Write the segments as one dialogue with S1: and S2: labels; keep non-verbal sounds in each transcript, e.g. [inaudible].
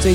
S1: 最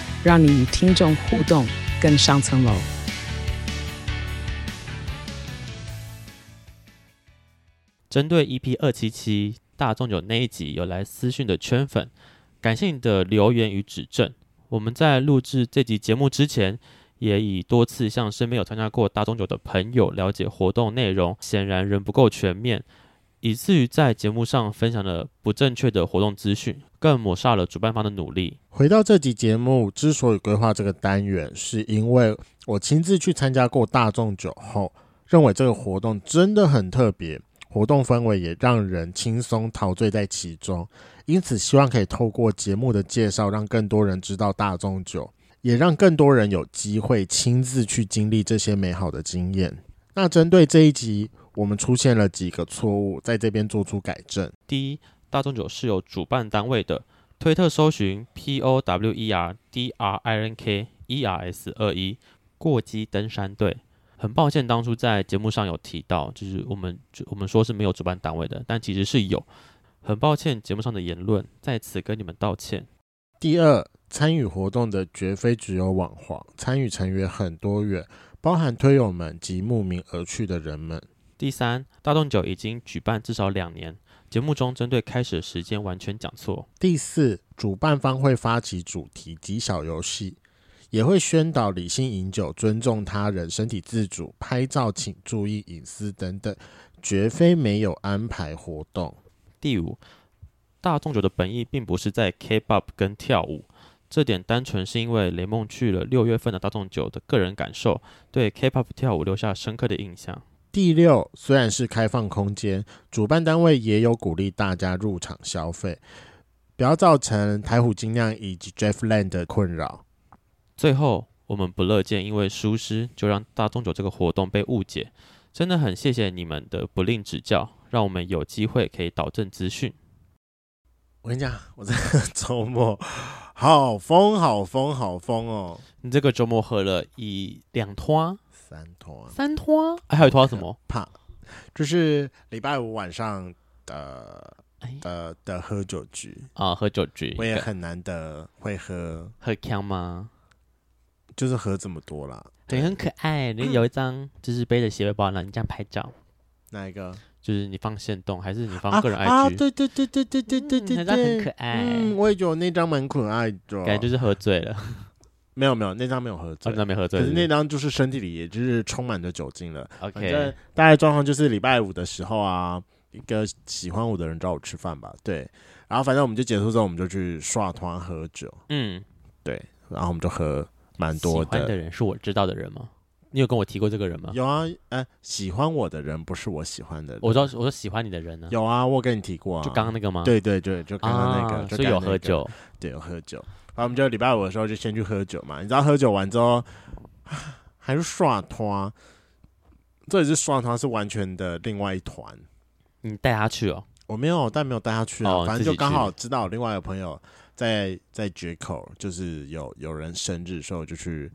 S1: 让你与听众互动更上层楼。
S2: 针对 EP 二七七大众酒那一集有来私讯的圈粉，感谢你的留言与指正。我们在录制这集节目之前，也已多次向身边有参加过大众酒的朋友了解活动内容，显然仍不够全面，以至于在节目上分享了不正确的活动资讯，更抹煞了主办方的努力。
S3: 回到这集节目，之所以规划这个单元，是因为我亲自去参加过大众酒后，认为这个活动真的很特别，活动氛围也让人轻松陶醉在其中，因此希望可以透过节目的介绍，让更多人知道大众酒，也让更多人有机会亲自去经历这些美好的经验。那针对这一集，我们出现了几个错误，在这边做出改正。
S2: 第一，大众酒是有主办单位的，推特搜寻 P O W E R D R I N K E R S 二一过激登山队。很抱歉，当初在节目上有提到，就是我们就我们说是没有主办单位的，但其实是有。很抱歉，节目上的言论在此跟你们道歉。
S3: 第二，参与活动的绝非只有网黄，参与成员很多元，包含推友们及慕名而去的人们。
S2: 第三，大众酒已经举办至少两年，节目中针对开始的时间完全讲错。
S3: 第四，主办方会发起主题及小游戏，也会宣导理性饮酒、尊重他人、身体自主、拍照请注意隐私等等，绝非没有安排活动。
S2: 第五，大众酒的本意并不是在 K-pop 跟跳舞，这点单纯是因为雷梦去了六月份的大众酒的个人感受，对 K-pop 跳舞留下深刻的印象。
S3: 第六，虽然是开放空间，主办单位也有鼓励大家入场消费，不要造成台虎精酿以及 Jeff Land 的困扰。
S2: 最后，我们不乐见因为疏失就让大众酒这个活动被误解，真的很谢谢你们的不吝指教，让我们有机会可以导正资讯。
S3: 我跟你讲，我这个 [laughs] 周末好疯，好疯，好疯哦！
S2: 你这个周末喝了一两拖、
S3: 三团
S2: 三拖，哎还有一拖什么？
S3: 怕，就是礼拜五晚上的
S2: 哎
S3: 的的喝酒局，
S2: 啊，喝酒局，
S3: 我也很难得会喝，
S2: 喝康吗？
S3: 就是喝这么多啦。
S2: 对，很可爱。
S3: 嗯
S2: 你有一张就是背着斜背包，然后你这样拍照，
S3: 哪一个？
S2: 就是你放线动，还是你
S3: 啊
S2: 放个人 IG？、
S3: 啊，对对对对对对对对
S2: 那张很可
S3: 对，
S2: 爱，
S3: 嗯，我也觉得我那张蛮可爱的，哦
S2: 感觉就是喝醉了，哦
S3: 没有没有那张没有喝醉
S2: 真，的没喝醉。
S3: 可是那
S2: 是不
S3: 张就是身体里也就是充满着酒精了。
S2: 是
S3: 反正
S2: OK，
S3: 大概状况就是礼拜五的时候啊，一个喜欢我的人找我吃饭吧，对。然后反正我们就结束之后，我们就去刷团喝酒，
S2: 嗯，
S3: 对。然后我们就喝蛮多
S2: 喜欢的人是我知道的人吗？你有跟我提过这个人吗？
S3: 有啊，呃，喜欢我的人不是我喜欢的人，
S2: 我知道，我说喜欢你的人呢、
S3: 有啊，我跟你提过啊，
S2: 就刚刚那个吗？
S3: 对对对，就刚刚那个，
S2: 啊，所
S3: 就
S2: 以
S3: 刚
S2: 有
S3: 刚那
S2: 喝
S3: 个，
S2: 酒，
S3: 对，有喝酒。然后我们就礼拜五的时候就先去喝酒嘛，你知道喝酒完之后还是刷团，这里是刷团是完全的另外一团，
S2: 你带他去哦。
S3: 我没有，但没有带他去啊。
S2: 哦
S3: 反
S2: 自
S3: 正就
S2: 己
S3: 刚
S2: 去
S3: 好知道另外有朋友在在绝口，就是有有人生日，所以我就去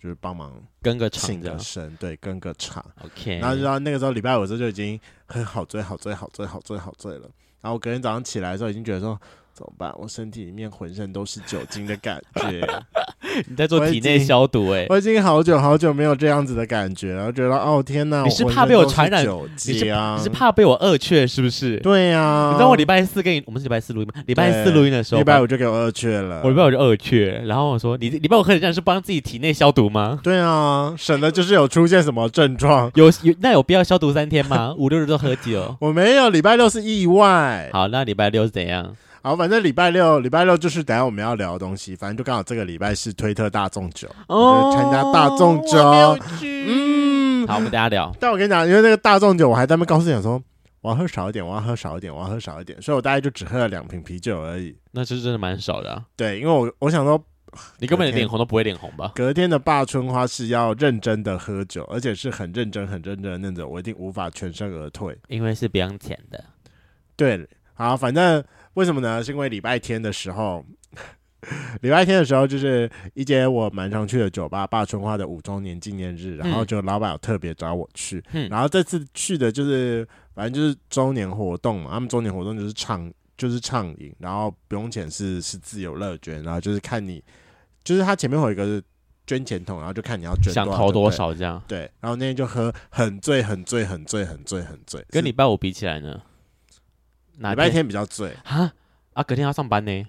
S3: 就是帮忙
S2: 跟个场
S3: 庆
S2: 这
S3: 个
S2: 样
S3: 生，对，跟个场。
S2: ，OK，
S3: 然后就到那个时候礼拜五的时候就已经很好醉，好醉，好醉，好醉，好醉了。然后我隔天早上起来的时候已经觉得说。怎么办？我身体里面浑身都是酒精的感觉，
S2: [laughs] 你在做
S3: 我已
S2: 体内
S3: 经
S2: 消毒哎、
S3: 我已经好久好久没有这样子的感觉了，我觉得哦天哪！
S2: 你是
S3: 浑
S2: 怕
S3: 身
S2: 被我
S3: 都是
S2: 传染
S3: 酒
S2: 你是
S3: 精啊？
S2: 你是怕被我恶却是不是？
S3: 对呀、啊。
S2: 你知道我礼拜四跟你，我们是礼拜四录音吗？礼拜四录音的时候，
S3: 礼拜五就给我二去了，
S2: 我礼拜五就二去，然后我说你礼拜五喝酒这样是帮自己体内消毒吗？
S3: 对啊，省得就是有出现什么症状。
S2: 有有那有必要消毒三天 [laughs] 吗？五六日都喝酒。
S3: 我没有，礼拜六是意外。
S2: 好，那礼拜六是怎样？
S3: 好，反正礼拜六，礼拜六就是等一下我们要聊的东西。反正就刚好这个礼拜是推特大众酒，我就参加大众酒。
S2: 哦我没有去
S3: 嗯，
S2: 好，我们大家聊。
S3: 但我跟你讲，因为那个大众酒，我还在那边告诉你讲说，我要喝少一点，我要喝少一点，我要喝少一点，所以我大概就只喝了两瓶啤酒而已。
S2: 那就是真的蛮少的啊、
S3: 对，因为我我想说，
S2: 你根本
S3: 隔
S2: 连
S3: 天
S2: 脸红都不会脸红吧？
S3: 隔天的霸春花是要认真的喝酒，而且是很认真、很认真的那种，我一定无法全身而退。
S2: 因为是不用钱的。
S3: 对，好，反正为什么呢？是因为礼拜天的时候， [laughs] 礼拜天的时候就是一间我蛮常去的酒吧——霸春花的五周年纪念日，然后就老板有特别找我去，
S2: 嗯
S3: 然后这次去的就是反正就是周年活动嘛，他们周年活动就是畅就是畅饮，然后不用钱是是自由乐捐，然后就是看你，就是它前面会有一个捐钱筒，然后就看你要捐
S2: 想
S3: 多少
S2: 投
S3: 就
S2: 多
S3: 对了。
S2: 少这样？
S3: 对，然后那天就喝很醉，很醉，很醉，很醉，很醉。
S2: 跟
S3: 是
S2: 礼拜五比起来呢？哪
S3: 礼拜天比较醉，
S2: 啊啊，隔天要上班呢。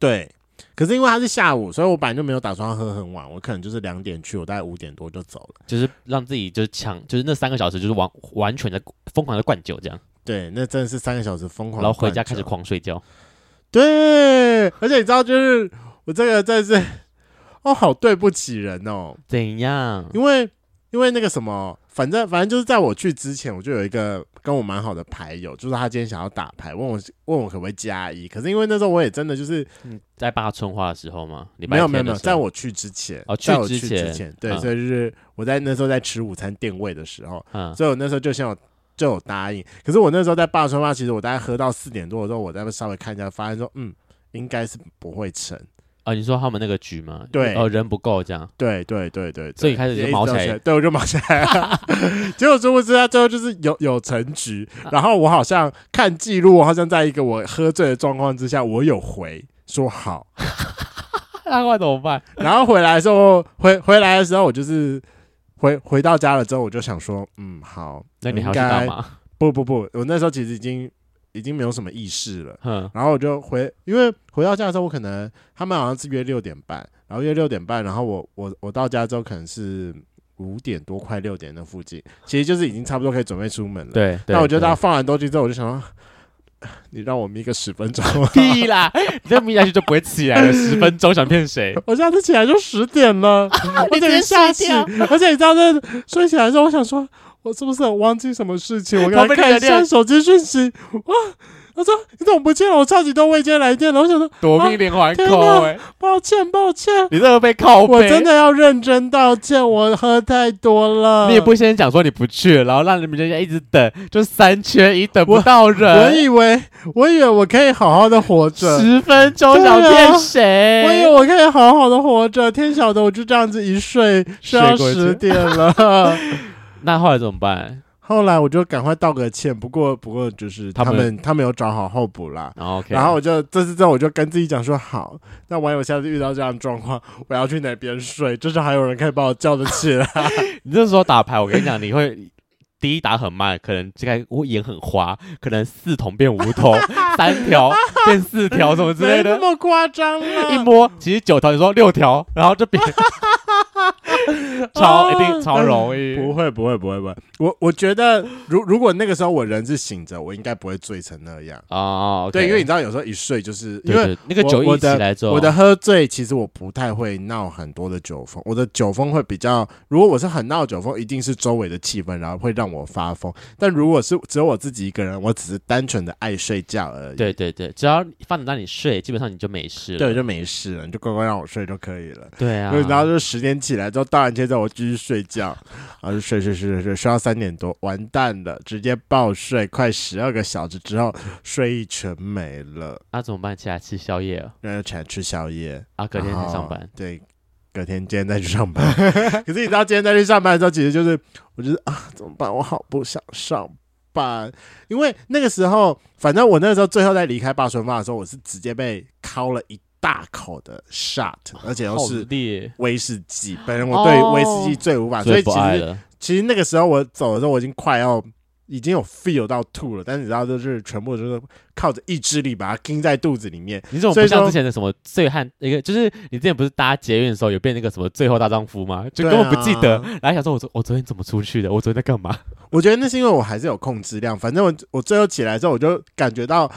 S3: 对，可是因为它是下午，所以我本来就没有打算要喝很晚，我可能就是两点去，我大概五点多就走了。
S2: 就是让自己就是抢，就是那三个小时就是完完全的疯狂的灌酒这样，
S3: 对，那真的是三个小时疯狂，
S2: 然后回家开始。狂睡觉。
S3: 对，而且你知道，就是我这个真的是，哦，好对不起人哦，
S2: 怎样？
S3: 因为因为那个什么，反正反正就是在我去之前，我就有一个跟我蛮好的牌友，就是他今天想要打牌，问我问我可不可以加一，可是因为那时候我也真的就是
S2: 在霸春花的时候吗？礼拜
S3: 没有没有
S2: 天
S3: 没
S2: 的
S3: 有，
S2: 时候
S3: 在我去之前，
S2: 哦
S3: 在我
S2: 去之
S3: 去之
S2: 前
S3: 前，对，
S2: 嗯
S3: 所以就是我在那时候在吃午餐定位的时候，
S2: 嗯，
S3: 所以我那时候就先有就有答应。可是我那时候在霸春花，其实我大概喝到四点多的时候，我再稍微看一下，发现说，嗯，应该是不会成。
S2: 啊，你说他们那个局吗？
S3: 对
S2: 哦，人不够这样，
S3: 对对对对对
S2: 所以开始就
S3: 也一直
S2: 毛起
S3: 都
S2: 来
S3: 是对，我就毛起来了。 [laughs] 结果殊不知他最后就是有有成局，
S2: 啊
S3: 然后我好像看记录，我好像在一个我喝醉的状况之下，我有回说好，
S2: 那我怎么办？
S3: 然后回来的时候，回回来的时候，我就是回回到家了之后，我就想说，嗯，好，
S2: 那你还要
S3: 应
S2: 去干
S3: 该
S2: 嘛？
S3: 不不不，我那时候其实已经已经没有什么意识了。
S2: 哼，
S3: 然后我就回，因为回到家的时候，我可能他们好像是约六点半，然后约六点半，然后我我我到家之后可能是五点多，快六点那附近，其实就是已经差不多可以准备出门了。，
S2: 对，
S3: 那我觉得大家
S2: 到
S3: 放完东西之后，我就想说， [laughs] 你让我眯个十分钟，
S2: [laughs] 屁啦，你再眯下去就不会起来了。十分钟想骗
S3: [laughs]
S2: 谁？
S3: [laughs] 我下次起来就十点
S2: 哦
S3: 了，我整个吓醒。而且你知道，那睡起来的时候，我想说，我是不是很忘记什么事情？我刚
S2: 旁
S3: 才
S2: 边
S3: 看
S2: 的
S3: 一下
S2: 亮
S3: 手机讯息，哇！他说：“你怎么不见了？我超级多未接来电了。”我想说
S2: 夺命连环
S3: 天
S2: 扣
S3: 哪
S2: 哎，：“
S3: 抱歉，抱歉，
S2: 你这个被靠背，
S3: 我真的要认真道歉，我喝太多了。”
S2: 你也不，先讲说你不去，然后让你们人家一直等，就三缺一等不到
S3: 我
S2: 人，
S3: 以为，我以为我可以好好的活着，
S2: 十分钟想骗谁？
S3: 啊我以为我可以好好的活着。天晓得，我就这样子一睡睡到
S2: 睡过去
S3: 十点了。 [laughs]
S2: 那后来怎么办？
S3: 后来我就赶快道个歉，不过不过就是
S2: 他
S3: 他
S2: 们
S3: 们他们有找好候补啦。
S2: 然后哦 OK，
S3: 然后我就这次之后，我就跟自己讲说，好，那万一我下次遇到这样的状况，我要去哪边睡，至少还有人可以把我叫得起来。 [laughs]
S2: 你这时候打牌，我跟你讲，你会。第一打很慢，可能这个我眼很花，可能四筒变五
S3: [laughs]
S2: 筒，三条变四条，什么之类
S3: 没 [laughs] 那
S2: 的。
S3: 么夸张啦，
S2: 一摸，其实九条，你说六条，然后就
S3: [laughs]
S2: 变超一定超容易。
S3: 哦不会不会不会不会，我我觉得如如果那个时候我人是醒着，我应该不会醉成那样。
S2: 啊，OK，
S3: 对，因为你知道有时候一睡就是因
S2: 对
S3: 为
S2: 对那个
S3: 我
S2: 酒
S3: 我
S2: 一起
S3: 的
S2: 来之后，
S3: 我的喝醉，其实我不太会闹很多的酒疯，我的酒疯会比较，如果我是很闹酒疯，一定是周围的气氛，然后会让我发疯。但如果是只有我自己一个人，我只是单纯的爱睡觉而已，
S2: 对对对，只要放着让你睡，基本上你就没事了。
S3: 对，就没事了，你就乖乖让我睡就可以了。
S2: 对啊，
S3: 然后就十点起来之后，倒完钱之后我继续睡觉，然后就睡睡睡睡睡，睡到三点多，完蛋了，直接暴睡，快十二个小时之后，睡意全没了，
S2: 那、怎么办？起来吃宵夜啊，
S3: 然后就起来吃宵夜。
S2: 啊隔天才
S3: 然后
S2: 上班。
S3: 对，隔天今天再去上班。 [laughs] 可是你知道今天再去上班的时候，其实就是我觉得啊，怎么办？我好不想上班，因为那个时候，反正我那个时候最后在离开霸春发的时候，我是直接被敲了一大口的 shot，而且又
S2: 好
S3: 是。
S2: 烈，
S3: 威士忌，本人我对威士忌最无啊法，所
S2: 最
S3: 以
S2: 不
S3: 其
S2: 爱
S3: 实
S2: 了。
S3: 其实那个时候我走的时候，我已经快要已经有 feel 到吐了，但是你知道，就是全部就是靠着意志力把它钉在肚子里面，
S2: 你怎么
S3: 所
S2: 不
S3: 以说
S2: 像之前的什么醉汉那个？就是你之前不是搭捷运的时候有变那个什么最后大丈夫吗？就
S3: 对
S2: 根本不记得。
S3: 啊
S2: 然后想说我昨我昨天怎么出去的？我昨天在干嘛？
S3: 我觉得那是因为我还是有控制量，反正我我最后起来之后，我就感觉到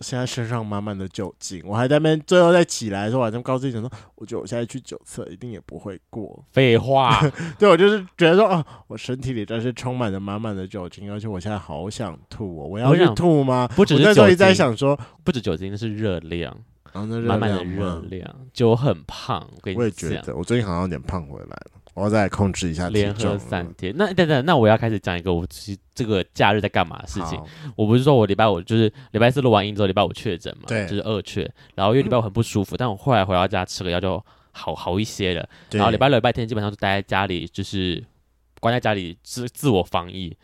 S3: 现在身上满满的酒精，我还在那边最后再起来的时候，我还在告诉自己想说，我觉得我现在去酒测一定也不会过。
S2: 废话，
S3: 对我就是觉得说，哦，我身体里真是充满了满满的酒精，而且我现在好想吐哦，我要
S2: 我
S3: 去
S2: 想
S3: 吐吗？
S2: 不只
S3: 我
S2: 是
S3: 那时候
S2: 酒
S3: 一直在
S2: 精
S3: 想说，
S2: 不止酒精，那是热量。
S3: 然后那热
S2: 满满的
S3: 量
S2: 热
S3: 吗？
S2: 量，酒很胖，我跟
S3: 我
S2: 你
S3: 也觉
S2: 讲，
S3: 得，我最近好像有点胖回来了，我要再控制一下体
S2: 连
S3: 重
S2: 喝
S3: 了。
S2: 三天。那等等，那我要开始讲一个我其实这个假日在干嘛的事情。
S3: 好，
S2: 我不是说我礼拜五就是礼拜四录完音之后，礼拜五确诊嘛，
S3: 对
S2: 就是二确，然后因为礼拜五很不舒服，但我后来回到家吃了药就好好一些了。
S3: 对
S2: 然后礼拜六、礼拜天基本上就待在家里，就是关在家里自自我防疫。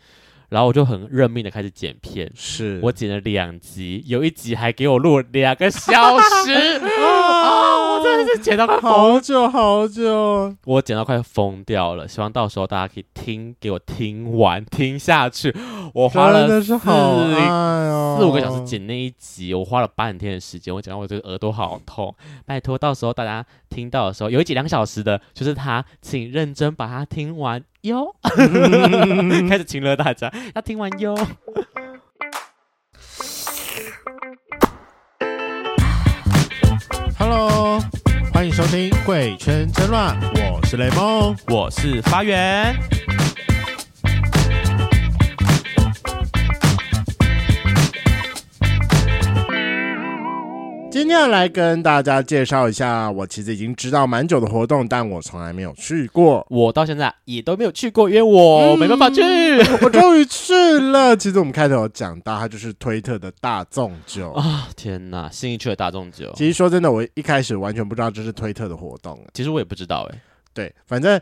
S2: 然后我就很认命的开始剪片，
S3: 是，
S2: 我剪了两集，有一集还给我录两个小时
S3: [laughs] 啊，
S2: 我真的是剪到快疯，
S3: 好久好久，
S2: 我剪到快疯掉了。希望到时候大家可以听，给我听完，听下去。我花
S3: 真
S2: 了
S3: 的是好
S2: 四
S3: 爱哦，
S2: 四五个小时剪那一集，我花了半天的时间，我讲到我这个耳朵好痛。拜托，到时候大家听到的时候，有一集两小时的，就是他，请认真把它听完哟。 [laughs] 开始请了大家，要听完哟。
S3: Hello，欢迎收听《贵圈争乱》，我是雷梦。
S2: 我是发源，
S3: 今天要来跟大家介绍一下，我其实已经知道蛮久的活动，但我从来没有去过。
S2: 我到现在也都没有去过，因为我没办法去。
S3: 我终于去了。其实我们开头有讲到，它就是推特的大众酒。
S2: 啊，天哪！新一区的大众酒，
S3: 其实说真的，我一开始完全不知道这是推特的活动。
S2: 其实我也不知道哎、
S3: 对，反正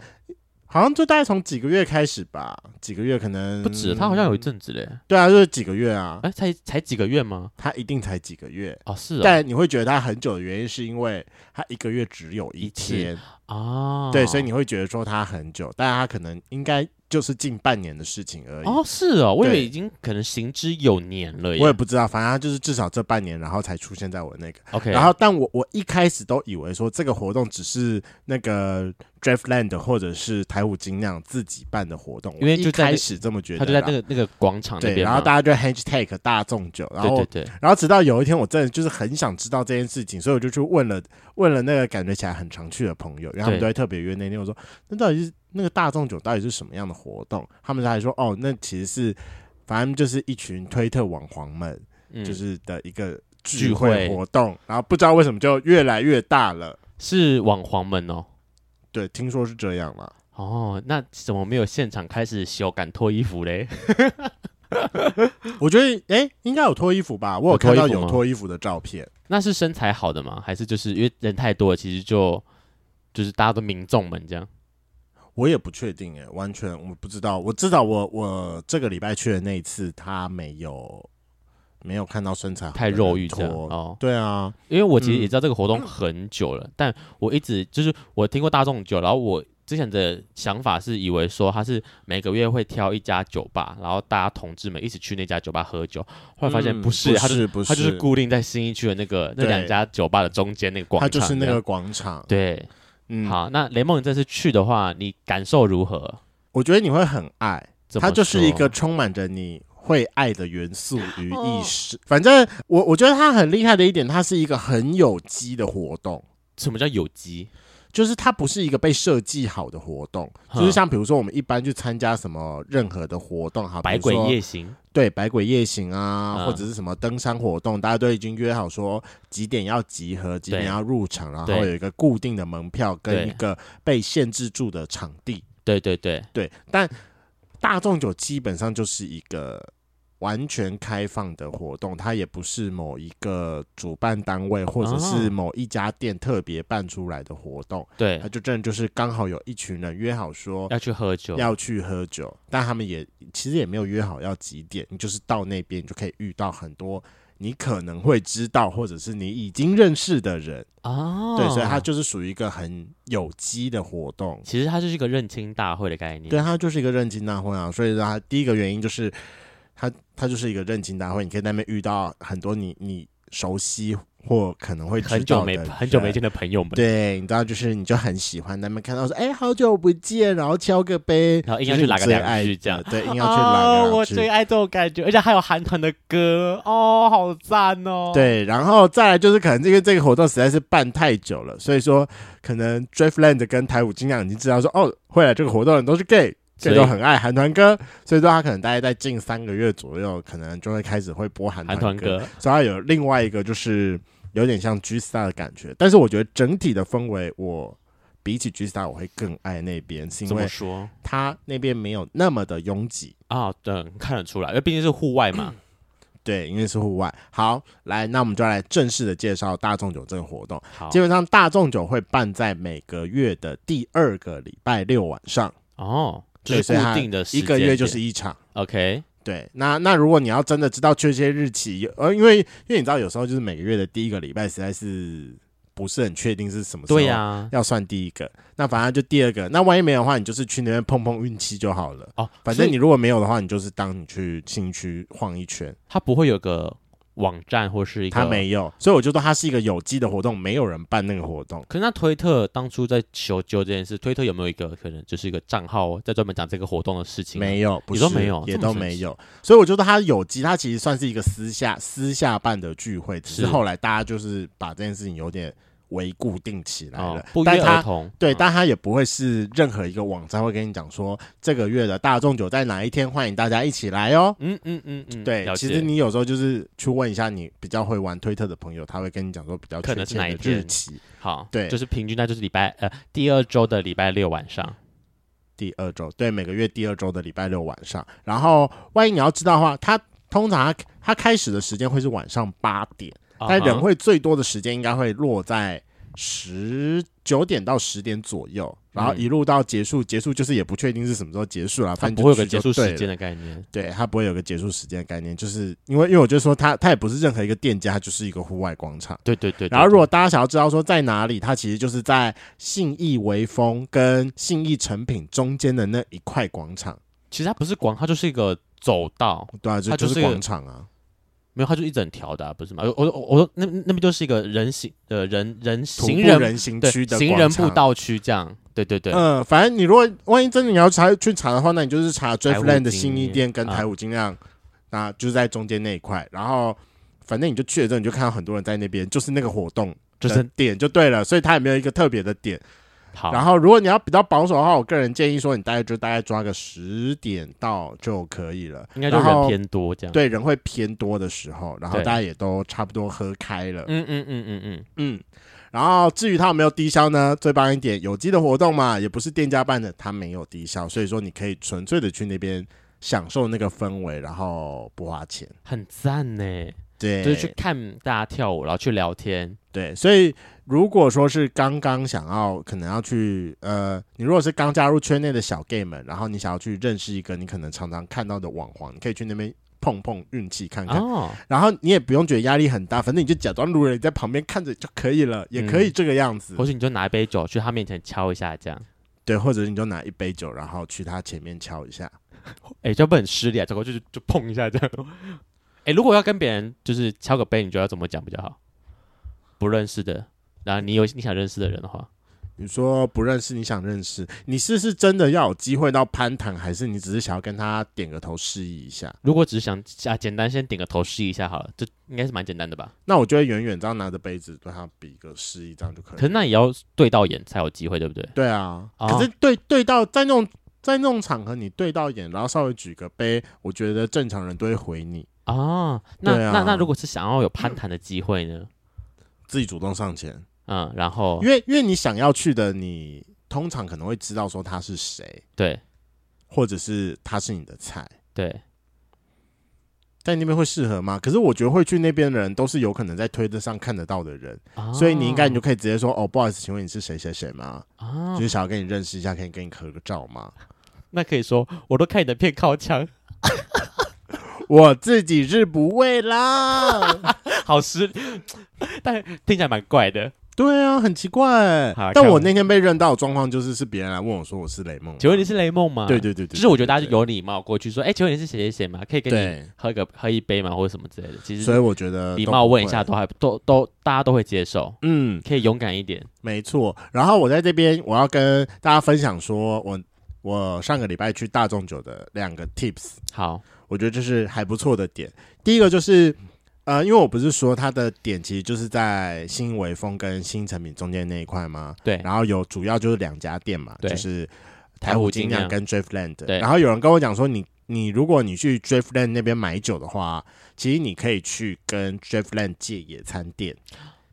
S3: 好像就大概从几个月开始吧，几个月可能
S2: 不止，他好像有一阵子嘞，
S3: 对啊，就是几个月啊，
S2: 嗯哎、才才几个月吗？
S3: 他一定才几个月。
S2: 哦，是哦，
S3: 但你会觉得它很久的原因，是因为它一个月只有一
S2: 一次
S3: 天，
S2: 啊，
S3: 对，所以你会觉得说它很久，但它可能应该就是近半年的事情而已。
S2: 哦，是哦，我以
S3: 对
S2: 为已经可能行之有年了耶。
S3: 我也不知道，反正它就是至少这半年，然后才出现在我那个。
S2: OK，
S3: 然后，但我我一开始都以为说这个活动只是那个 Draftland 或者是台虎精酿自己办的活动，
S2: 因为
S3: 我
S2: 就
S3: 一
S2: 在那
S3: 开始这么觉得
S2: 他
S3: 啦，
S2: 就在那个那个广场那
S3: 对，
S2: 边
S3: 然
S2: 嘛，
S3: 后大家就 hashtag 大众酒，然后
S2: 对对对，
S3: 然后直到有一天，我真的就是很想知道这件事情，所以我就去问了问了那个感觉起来很常去的朋友，然后他
S2: 对
S3: 们都会特别约那天。我说那到底是那个大众酒到底是什么样的活动？他们才说哦，那其实是反正就是一群推特网黄们
S2: 嗯，
S3: 就是的一个聚
S2: 聚会
S3: 会活动，然后不知道为什么就越来越大了。
S2: 是网黄们哦。
S3: 对，听说是这样啦。
S2: 哦，那怎么没有现场开始修改脱衣服嘞？ [laughs]
S3: 我觉得哎，应该有脱衣服吧，我有
S2: 有脱
S3: 看
S2: 衣服
S3: 到有
S2: 吗
S3: 脱衣服的照片。
S2: 那是身材好的吗？还是就是因为人太多了，其实就就是大家都民众们这样？
S3: 我也不确定哎，完全我不知道。我知道我我这个礼拜去的那一次，他没有没有看到身材好的
S2: 太肉欲这样
S3: 啊人脱
S2: 哦
S3: 对啊，
S2: 因为我其实
S3: 嗯
S2: 也知道这个活动很久了，但我一直就是我听过大众酒，然后我之前的想法是以为说他是每个月会挑一家酒吧，然后大家同志们一起去那家酒吧喝酒，后来发现
S3: 嗯
S2: 不是，他就是
S3: 是不
S2: 他就是
S3: 是
S2: 固定在新一区的那个那
S3: 对
S2: 两家酒吧的中间那个广
S3: 他
S2: 场，
S3: 就是那个。广场。
S2: 对，
S3: 嗯，
S2: 好，那雷梦你这次去的话，你感受如何？
S3: 我觉得你会很爱，
S2: 怎么
S3: 它就是一
S2: 说哦
S3: 个充满着你会爱的元素与意识。反正我我觉得它很厉害的一点，它是一个很有机的活动。
S2: 什么叫有机？
S3: 就是它不是一个被设计好的活动，
S2: 哼
S3: 就是像比如说我们一般去参加什么任何的活动，好，比如
S2: 百鬼
S3: 说
S2: 夜行
S3: 对百鬼夜行啊，
S2: 嗯
S3: 或者是什么登山活动，大家都已经约好说几点要集合，几点要入场，然后
S2: 对
S3: 有一个固定的门票跟
S2: 对
S3: 一个被限制住的场地。
S2: 对对对，
S3: 对，但大众酒基本上就是一个完全开放的活动，它也不是某一个主办单位或者是
S2: 哦
S3: 某一家店特别办出来的活动，
S2: 对
S3: 它，就真的就是刚好有一群人约好说
S2: 要去喝酒，
S3: 要去喝酒，但他们也其实也没有约好要几点，你就是到那边你就可以遇到很多你可能会知道或者是你已经认识的人，
S2: 哦，
S3: 对，所以它就是属于一个很有机的活动，
S2: 其实它就是一个认亲大会的概念。
S3: 对，它就是一个认亲大会啊，所以它第一个原因就是它它就是一个认亲大会，你可以在那边遇到很多你你熟悉或可能会知
S2: 很
S3: 道
S2: 久
S3: 的
S2: 没
S3: 人
S2: 很久没见的朋友们，
S3: 对，你知道，就是你就很喜欢他们看到说，哎、好久不见，然后敲个杯，
S2: 然后硬
S3: 就
S2: 要
S3: 是
S2: 去
S3: 你
S2: 拉个
S3: 最
S2: 两
S3: 爱
S2: 句
S3: 的
S2: 这样 [laughs]
S3: 对，硬要去拉个
S2: 哦，
S3: 两
S2: 我
S3: 句
S2: 最爱这种感觉，而且还有韩团的歌哦，好赞哦。，
S3: 对，然后再来就是可能因为这个活动实在是办太久了，所以说可能 Driftland 跟台舞精酿已经知道说，哦，会来这个活动的人都是 gay。所以
S2: 所
S3: 都
S2: 以
S3: 很爱韩团歌，所以说他可能大概在近三个月左右，可能就会开始会播韩
S2: 韩团
S3: 歌。
S2: 歌
S3: 所以他有另外一个就是有点像 G Star 的感觉。但是我觉得整体的氛围，我比起 G Star 我会更爱那边，是因
S2: 怎么
S3: 为
S2: 说
S3: 它那边没有那么的拥挤。
S2: 啊？对，看得出来，因为毕竟是户外
S3: [clears throat]
S2: 嘛。
S3: 对，因为是户外。好，来，那我们就来正式的介绍大众酒这个活动。
S2: 好，
S3: 基本上，大众酒会办在每个月的第二个礼拜六晚上，
S2: 哦，就
S3: 对，
S2: 是
S3: 所以它
S2: 固定的时
S3: 一个月
S2: 间
S3: 就
S2: 点
S3: 是一场。
S2: OK
S3: 对，那那如果你要真的知道确切日期，呃，因为因为你知道有时候就是每个月的第一个礼拜实在是不是很确定是什么时候，
S2: 对呀、
S3: 要算第一个，那反正就第二个，那万一没有的话，你就是去那边碰碰运气就好了。
S2: 哦，
S3: 反
S2: 所
S3: 正
S2: 以
S3: 你如果没有的话，你就是当你去新区晃一圈，
S2: 它不会有个网站或是一个，
S3: 他。没有，所以我就说它是一个有机的活动，没有人办那个活动。
S2: 可是那推特当初在求救这件事，推特有没有一个可能就是一个账号在专门讲这个活动的事情？啊
S3: 没有，不
S2: 你
S3: 是
S2: 都没有
S3: 也
S2: 这么
S3: 都
S2: 神
S3: 没
S2: 奇
S3: 有，所以我觉得它有机，它其实算是一个私下私下办的聚会，只是
S2: 是
S3: 后来大家就是把这件事情有点为固定起来了，
S2: 哦，不
S3: 但
S2: 约而
S3: 它
S2: 同。
S3: 对，
S2: 嗯
S3: 但它也不会是任何一个网站会跟你讲说这个月的大众酒在哪一天，欢迎大家一起来哦。
S2: 嗯嗯嗯嗯，
S3: 对，
S2: 了
S3: 其
S2: 解
S3: 实你有时候就是去问一下你比较会玩推特的朋友，他会跟你讲说比较
S2: 可能
S3: 确
S2: 是
S3: 切
S2: 哪一
S3: 的日
S2: 天
S3: 期。
S2: 好，
S3: 对
S2: 就是平均那就是礼拜呃第二周的礼拜六晚上。
S3: 第二周，对，每个月第二周的礼拜六晚上。然后，万一你要知道的话，它通常它它开始的时间会是晚上八点，但
S2: 啊
S3: 人
S2: 哈
S3: 会最多的时间应该会落在十九点到十点左右，然后
S2: 嗯
S3: 一路到结束，结束就是也不确定是什么时候结束了，
S2: 它
S3: 反
S2: 不
S3: 正
S2: 会有
S3: 就
S2: 个
S3: 去就
S2: 结束时
S3: 对
S2: 间
S3: 了。
S2: 的概念。
S3: 对，它不会有个结束时间的概念，就是因为因为我就说它它也不是任何一个店家，它就是一个户外广场。
S2: 对对对对
S3: 然后，如果大家想要知道说在哪里，它其实就是在信义微风跟信义成品中间的那一块广场，
S2: 其实它不是广，它就是一个走道，
S3: 对啊，就
S2: 它就是是
S3: 广场啊，
S2: 没有，它就一整条的啊、不是吗？我我我说那那边就是一个人行呃人人
S3: 徒
S2: 行
S3: 步
S2: 人
S3: 人行
S2: 对
S3: 区的
S2: 行
S3: 广
S2: 人
S3: 场
S2: 步。道区这样。对对对，
S3: 嗯，反正你如果万一真的你要查去查的话，那你就是查 d r i f
S2: 台
S3: l a
S2: 五
S3: n 的信义
S2: 金
S3: 店跟
S2: 啊
S3: 台五精酿，那就是在中间那一块。然后反正你就去了之后，你就看到很多人在那边，就是那个活动
S2: 就
S3: 的
S2: 是
S3: 点就对了，所以它也没有一个特别的点。
S2: 好。
S3: 然后，如果你要比较保守的话，我个人建议说，你大概就大概抓个十点到就可以了，
S2: 应该就
S3: 然
S2: 人
S3: 后
S2: 偏多这样。，
S3: 对人会偏多的时候，然后
S2: 对
S3: 大家也都差不多喝开了，
S2: 嗯嗯嗯嗯嗯，
S3: 嗯。然后至于它有没有低消呢？最棒一点，有机的活动嘛，也不是店家办的，它没有低消，所以说你可以纯粹的去那边享受那个氛围，然后不花钱。
S2: 很赞呢，
S3: 对，
S2: 就是去看大家跳舞，然后去聊天。
S3: 对，所以如果说是刚刚想要可能要去呃，你如果是刚加入圈内的小 gay 们，然后你想要去认识一个你可能常常看到的网红，你可以去那边碰碰运气看看，
S2: 哦，
S3: 然后你也不用觉得压力很大，反正你就假装路人，你在旁边看着就可以了，也可以这个样子。
S2: 嗯或许你就拿一杯酒去他面前敲一下，这样，
S3: 对，或者你就拿一杯酒，然后去他前面敲一下。
S2: 哎，这样不很失礼啊？走过去就就碰一下这样。 [laughs] 哎，如果要跟别人就是敲个杯，你觉得要怎么讲比较好？不认识的，然后你有你想认识的人的话，
S3: 你说不认识，你想认识，你是是真的要有机会到攀谈，还是你只是想要跟他点个头示意一下？
S2: 如果只是想啊简单先点个头试一下好了，这应该是蛮简单的吧？
S3: 那我就会远远这样拿着杯子对他比个示意，这样就可以了
S2: 可。是那也要对到眼才有机会，对不对？
S3: 对啊，
S2: 哦
S3: 可是对对到在那种在那种场合，你对到眼，然后稍微举个杯，我觉得正常人都会回你，
S2: 哦，那、
S3: 对啊
S2: 那那如果是想要有攀谈的机会呢？
S3: 自己主动上前，
S2: 嗯，然后
S3: 因为因为你想要去的，你通常可能会知道说他是谁，
S2: 对
S3: 或者是他是你的菜，
S2: 对，
S3: 在那边会适合吗？可是我觉得会去那边的人，都是有可能在推特上看得到的人，
S2: 哦
S3: 所以你应该你就可以直接说哦，不好意思，请问你是谁谁谁吗？
S2: 啊
S3: 就，是想要跟你认识一下，可以跟你合个照吗？
S2: 那可以说我都看你的片靠墙，
S3: 我自己是不会啦。
S2: 好失，但听起来蛮怪的。
S3: 对啊，很奇怪
S2: 好。
S3: 但
S2: 看
S3: 我
S2: 我
S3: 那天被认到的状况就是，是别人来问我说我是雷梦吗，
S2: 请问你是雷梦吗？
S3: 对对对对，
S2: 就是我觉得大家
S3: 对
S2: 就有礼貌过去说，哎、请问你是谁谁谁吗？可以跟你
S3: 对，
S2: 喝个喝一杯吗？或者什么之类的。其
S3: 所以
S2: 实
S3: 我觉得
S2: 礼
S3: 都
S2: 貌
S3: 不
S2: 问一
S3: 会
S2: 下，都还都都大家都会接受，
S3: 嗯，
S2: 可以勇敢一点。
S3: 没错。然后我在这边我要跟大家分享说，我我上个礼拜去大众酒的两个 tips，
S2: 好，
S3: 我觉得这是还不错的点。第一个就是。呃，因为我不是说它的点其实就是在新微风跟新成品中间那一块吗？
S2: 对
S3: 然后有主要就是两家店嘛，
S2: 对
S3: 就是
S2: 台
S3: 台虎
S2: 虎
S3: 精
S2: 精
S3: 酿
S2: 酿
S3: 跟 Driftland。
S2: 对
S3: 然后有人跟我讲说你，你如果你去 Driftland 那边买酒的话，其实你可以去跟 Driftland 借野餐垫。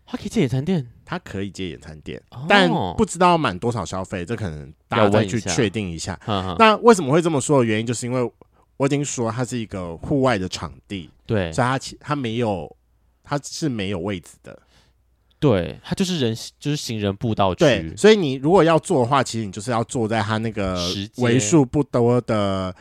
S2: 它可以借野餐垫，
S3: 它可以接野餐垫，
S2: 哦
S3: 但不，知道满多少消费，这可能大家
S2: 要问
S3: 再
S2: 一
S3: 去
S2: 下
S3: 确定一下。
S2: 嗯嗯
S3: 那为什么会这么说的原因，就是因为我已经说它是一个户外的场地，
S2: 对
S3: 所以它其它没有它是没有位置的。
S2: 对，它就是人就是行人步道
S3: 对
S2: 区，，
S3: 所以你如果要做的话，其实你就是要坐在它那个
S2: 石阶
S3: 为数不多的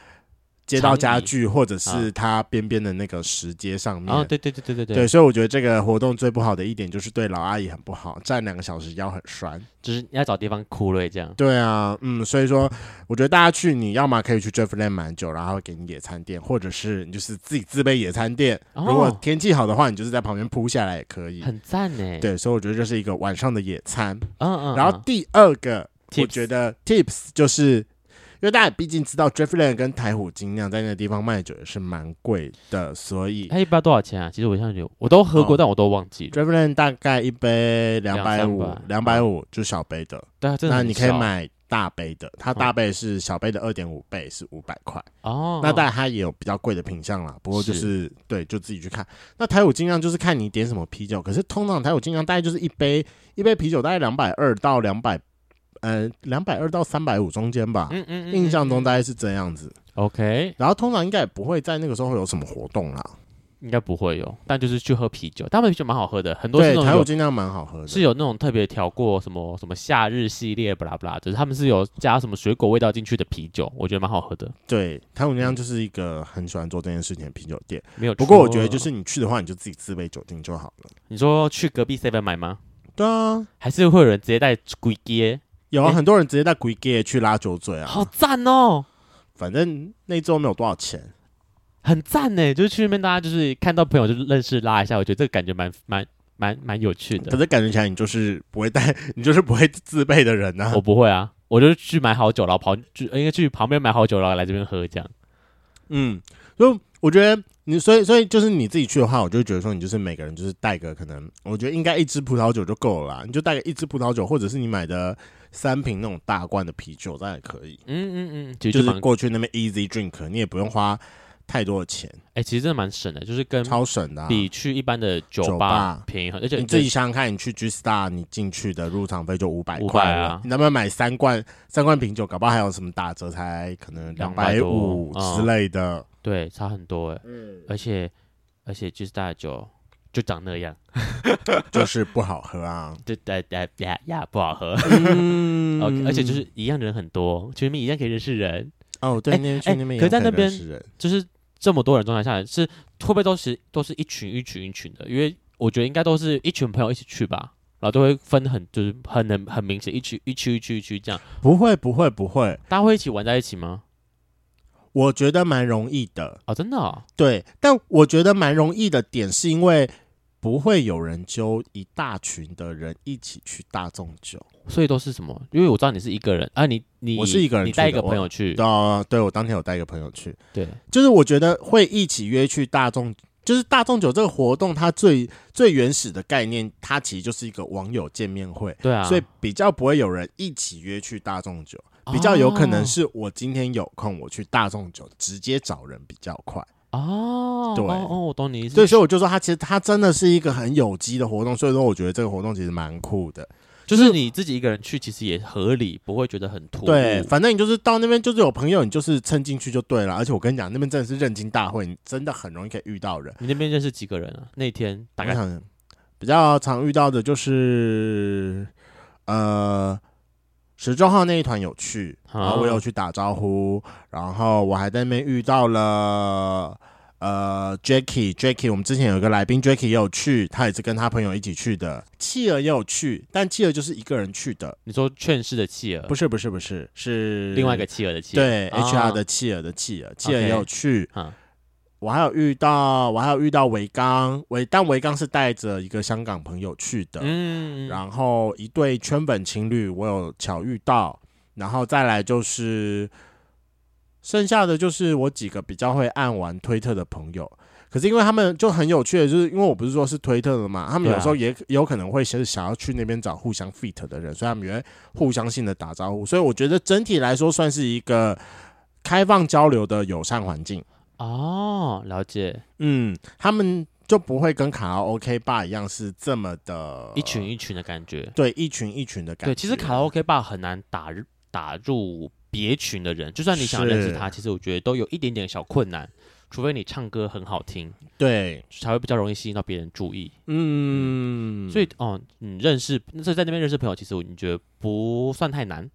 S3: 街道家
S2: 长椅
S3: 具，或者
S2: 啊
S3: 是它边边的那个石阶上面。
S2: 啊，对对对对对
S3: 对，所以我觉得这个活动最不好的一点就是对老阿姨很不好，站两个小时腰很酸。
S2: 就是你要找地方哭了这样。
S3: 对啊，嗯，所以说我觉得大家去，你要么可以去 Jeffland 买酒，然后给你野餐垫，或者是你就是自己自备野餐垫。
S2: 哦
S3: 如果天气好的话，你就是在旁边铺下来也可以。
S2: 很赞呢，，
S3: 对，所以我觉得这是一个晚上的野餐。
S2: 嗯嗯，
S3: 然后第二个，
S2: Tips
S3: 我觉得 tips 就是。因为大家毕竟知道 Driftland 跟台虎精酿在那个地方卖酒也是蛮贵的，所以
S2: 它一包多少钱啊？其实我现在有，我都喝过，
S3: 哦
S2: 但我都忘记了。
S3: Driftland 大概一杯两百
S2: 两
S3: 五
S2: 三，百
S3: 两百五就小杯的，
S2: 对啊，真的
S3: 那
S2: 很
S3: 你可以
S2: 少
S3: 买大杯的，它
S2: 嗯
S3: 大杯是小杯的二点五倍，是五百块。
S2: 哦。
S3: 那当然它也有比较贵的品相啦，不过就是是对，就自己去看。那台虎精酿就是看你点什么啤酒，可是通常台虎精酿大概就是一杯一杯啤酒大概两百二到两百，呃，两百二到三百五中间吧。
S2: 嗯嗯嗯，
S3: 印象中
S2: 的
S3: 大概是这样子，
S2: OK，
S3: 然后通常应该也不会在那个时候有什么活动啦。
S2: 应该不会有，但就是去喝啤酒，他们啤酒蛮好喝的，很多是
S3: 对，
S2: 那
S3: 台
S2: 种
S3: 虎
S2: 有
S3: 精酿蛮好喝的，
S2: 是有那种特别调过什么什么夏日系列，巴拉巴拉，就是他们是有加什么水果味道进去的啤酒，我觉得蛮好喝的，
S3: 对台虎精酿就是一个很喜欢做这件事情的啤酒店。
S2: 没有错。
S3: 不过我觉得就是你去的话，你就自己自备酒精就好了。
S2: 你说去隔壁 seven 买吗？
S3: 对啊，
S2: 还是会有人直接带鬼街？
S3: 有啊，
S2: 欸
S3: 很多人直接在鬼街去拉酒醉啊。
S2: 好赞哦！
S3: 反正那周没有多少钱，
S2: 很赞呢，就是去那边大家就是看到朋友就认识拉一下，我觉得这个感觉蛮蛮蛮蛮有趣
S3: 可
S2: 的。
S3: 是感觉起来你就是不会带，你就是不会自备的人呐、
S2: 我不会啊，我就是去买好酒，然后跑去应该去旁边买好酒，然后来这边喝这样。
S3: 嗯，所以我觉得你，所以所以就是你自己去的话，我就觉得说你就是每个人就是带个可能，我觉得应该一支葡萄酒就够了啦，你就带个一支葡萄酒，或者是你买的三瓶那种大罐的啤酒，当然也可以。
S2: 嗯嗯嗯，其实
S3: 就
S2: 就蛮
S3: 是过去那边 easy drink，你也不用花太多的钱，
S2: 哎、其实真的蛮省的，就是跟
S3: 超省的、啊。
S2: 比去一般的酒
S3: 酒吧嗯
S2: 便宜很，而且
S3: 你自己想想看，你去 G Star，你进去的入场费就五百
S2: 500
S3: 块
S2: 啊
S3: 了，你能不能买三罐三罐啤酒？搞不好还有什么打折，才可能两
S2: 200
S3: 百
S2: 多嗯
S3: 五之
S2: [laughs]
S3: 类的。
S2: 对差很多哎，而且而且就是大酒就长那样，
S3: 就是不好喝啊。
S2: [laughs] 对对对呀呀不好喝。[laughs]
S3: 嗯
S2: OK，而且就是一样人很多，去那边一样可以认识人，
S3: 哦，对，
S2: 哎
S3: 那边去
S2: 哎
S3: 那边也
S2: 可是在那
S3: 很认
S2: 边
S3: 识人，
S2: 就是这么多人状态下来，是会不会都是都是一群一群一群的？因为我觉得应该都是一群朋友一起去吧，然后都会分很就是很能很明显一区一区一区一区这样，
S3: 不会不会不会，
S2: 大家会一起玩在一起吗？
S3: 我觉得蛮容易的。
S2: 哦，真的、哦，
S3: 对，但我觉得蛮容易的点是因为不会有人揪一大群的人一起去大众酒。
S2: 所以都是什么？因为我知道你是一个人啊，你你
S3: 我是一个人
S2: 你
S3: 去
S2: 带一
S3: 的
S2: 个
S3: 我
S2: 朋友去
S3: 对，啊，对我当天有带一个朋友去，
S2: 对，
S3: 就是我觉得会一起约去大众，就是大众酒这个活动，它最最原始的概念，它其实就是一个网友见面会，
S2: 对啊，
S3: 所以比较不会有人一起约去大众酒，比较有可
S2: 哦
S3: 能是我今天有空，我去大众酒直接找人比较快。
S2: 哦，哦
S3: 对
S2: 哦哦，我懂你意思。
S3: 对，所以我就说，它其实它真的是一个很有机的活动，所以说我觉得这个活动其实蛮酷的。
S2: 就是你自己一个人去，其实也合理，不会觉得很突兀。
S3: 对，反正你就是到那边就是有朋友，你就是蹭进去就对了。而且我跟你讲，那边真的是认金大会，你真的很容易可以遇到人。
S2: 你那边认识几个人啊？那天大
S3: 我
S2: 概
S3: 想比较常遇到的就是，呃，十周号那一团有去，
S2: 啊
S3: 然后我有去打招呼，然后我还在那边遇到了。呃 j a c k i e j a c k i e 我们之前有一个来宾 j a c k i e 也有去，他也是跟他朋友一起去的。企鹅也有去，但企鹅就是一个人去的，
S2: 你说劝世的企鹅，
S3: 不
S2: 是
S3: 是不是不是，是
S2: 另外一个企鹅的企鹅，
S3: 对、
S2: 啊
S3: HR 的企鹅的企鹅，企鹅也有去。
S2: 啊
S3: 我还有遇到，我还有遇到维刚，维但维刚是带着一个香港朋友去的，
S2: 嗯，
S3: 然后一对圈粉情侣我有巧遇到，然后再来就是剩下的就是我几个比较会按玩推特的朋友。可是因为他们就很有趣的，就是因为我不是说是推特的嘛，他们
S2: 对啊
S3: 有时候也有可能会是想要去那边找互相 fit 的人，所以他们也会互相性的打招呼。所以我觉得整体来说算是一个开放交流的友善环境。
S2: 哦，了解，
S3: 嗯，他们就不会跟卡拉 OK 吧一样是这么的
S2: 一群一群的感觉。
S3: 对一群一群的呃感觉。
S2: 对，
S3: 啊
S2: 其实卡拉 OK 吧很难打入打入别群的人，就算你想认识他，其实我觉得都有一点点小困难，除非你唱歌很好听，
S3: 对，
S2: 才会比较容易吸引到别人注意。
S3: 嗯，
S2: 所以，哦，你认识，所以在那边认识朋友，其实我你觉得不算太难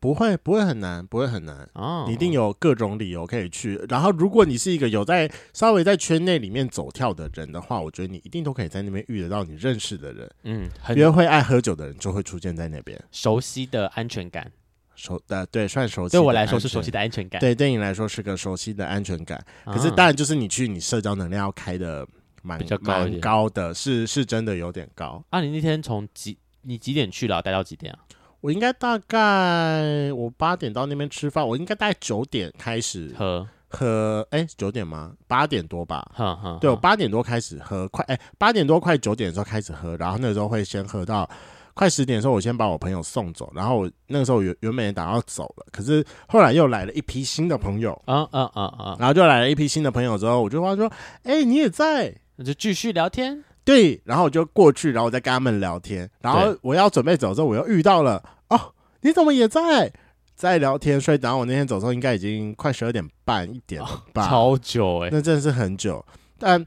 S3: 不会不会很难，不会很难。
S2: 哦，
S3: 你一定有各种理由可以去。然后，如果你是一个有在稍微在圈内里面走跳的人的话，我觉得你一定都可以在那边遇得到你认识的人，
S2: 嗯很
S3: 约会爱喝酒的人就会出现在那边。
S2: 熟悉的安全感，
S3: 熟呃，对，算熟悉。
S2: 对我来说是熟悉
S3: 的
S2: 的安全感
S3: 安全。。对，对你来说是个熟悉的安全感。可是
S2: 啊
S3: 当然，就是你去，你社交能量要开的蛮
S2: 比较高一
S3: 蛮
S2: 点
S3: 高的，是是真的有点高。
S2: 啊，你那天从几你几点去了？待到几点啊？
S3: 我应该大概我八点到那边吃饭，我应该大概九点开始
S2: 喝，
S3: 喝，哎，九点吗？八点多吧。
S2: 哼哼，
S3: 对，我
S2: 哼
S3: 八点多开始喝，快哎，八、点多快九点的时候开始喝，然后那个时候会先喝到快十点的时候，我先把我朋友送走，然后我那个时候原原本也打算要走了，可是后来又来了一批新的朋友，
S2: 嗯嗯嗯嗯，
S3: 然后就来了一批新的朋友之后，我就问他说：“哎、你也在
S2: 那就继续聊天。？”
S3: 对，然后我就过去，然后我再跟他们聊天，然后
S2: 对
S3: 我要准备走之后，我又遇到了哦，你怎么也在？在聊天，所以等到我那天走的时候，应该已经快十二点半一点了吧？
S2: 超久哎、
S3: 那真的是很久。但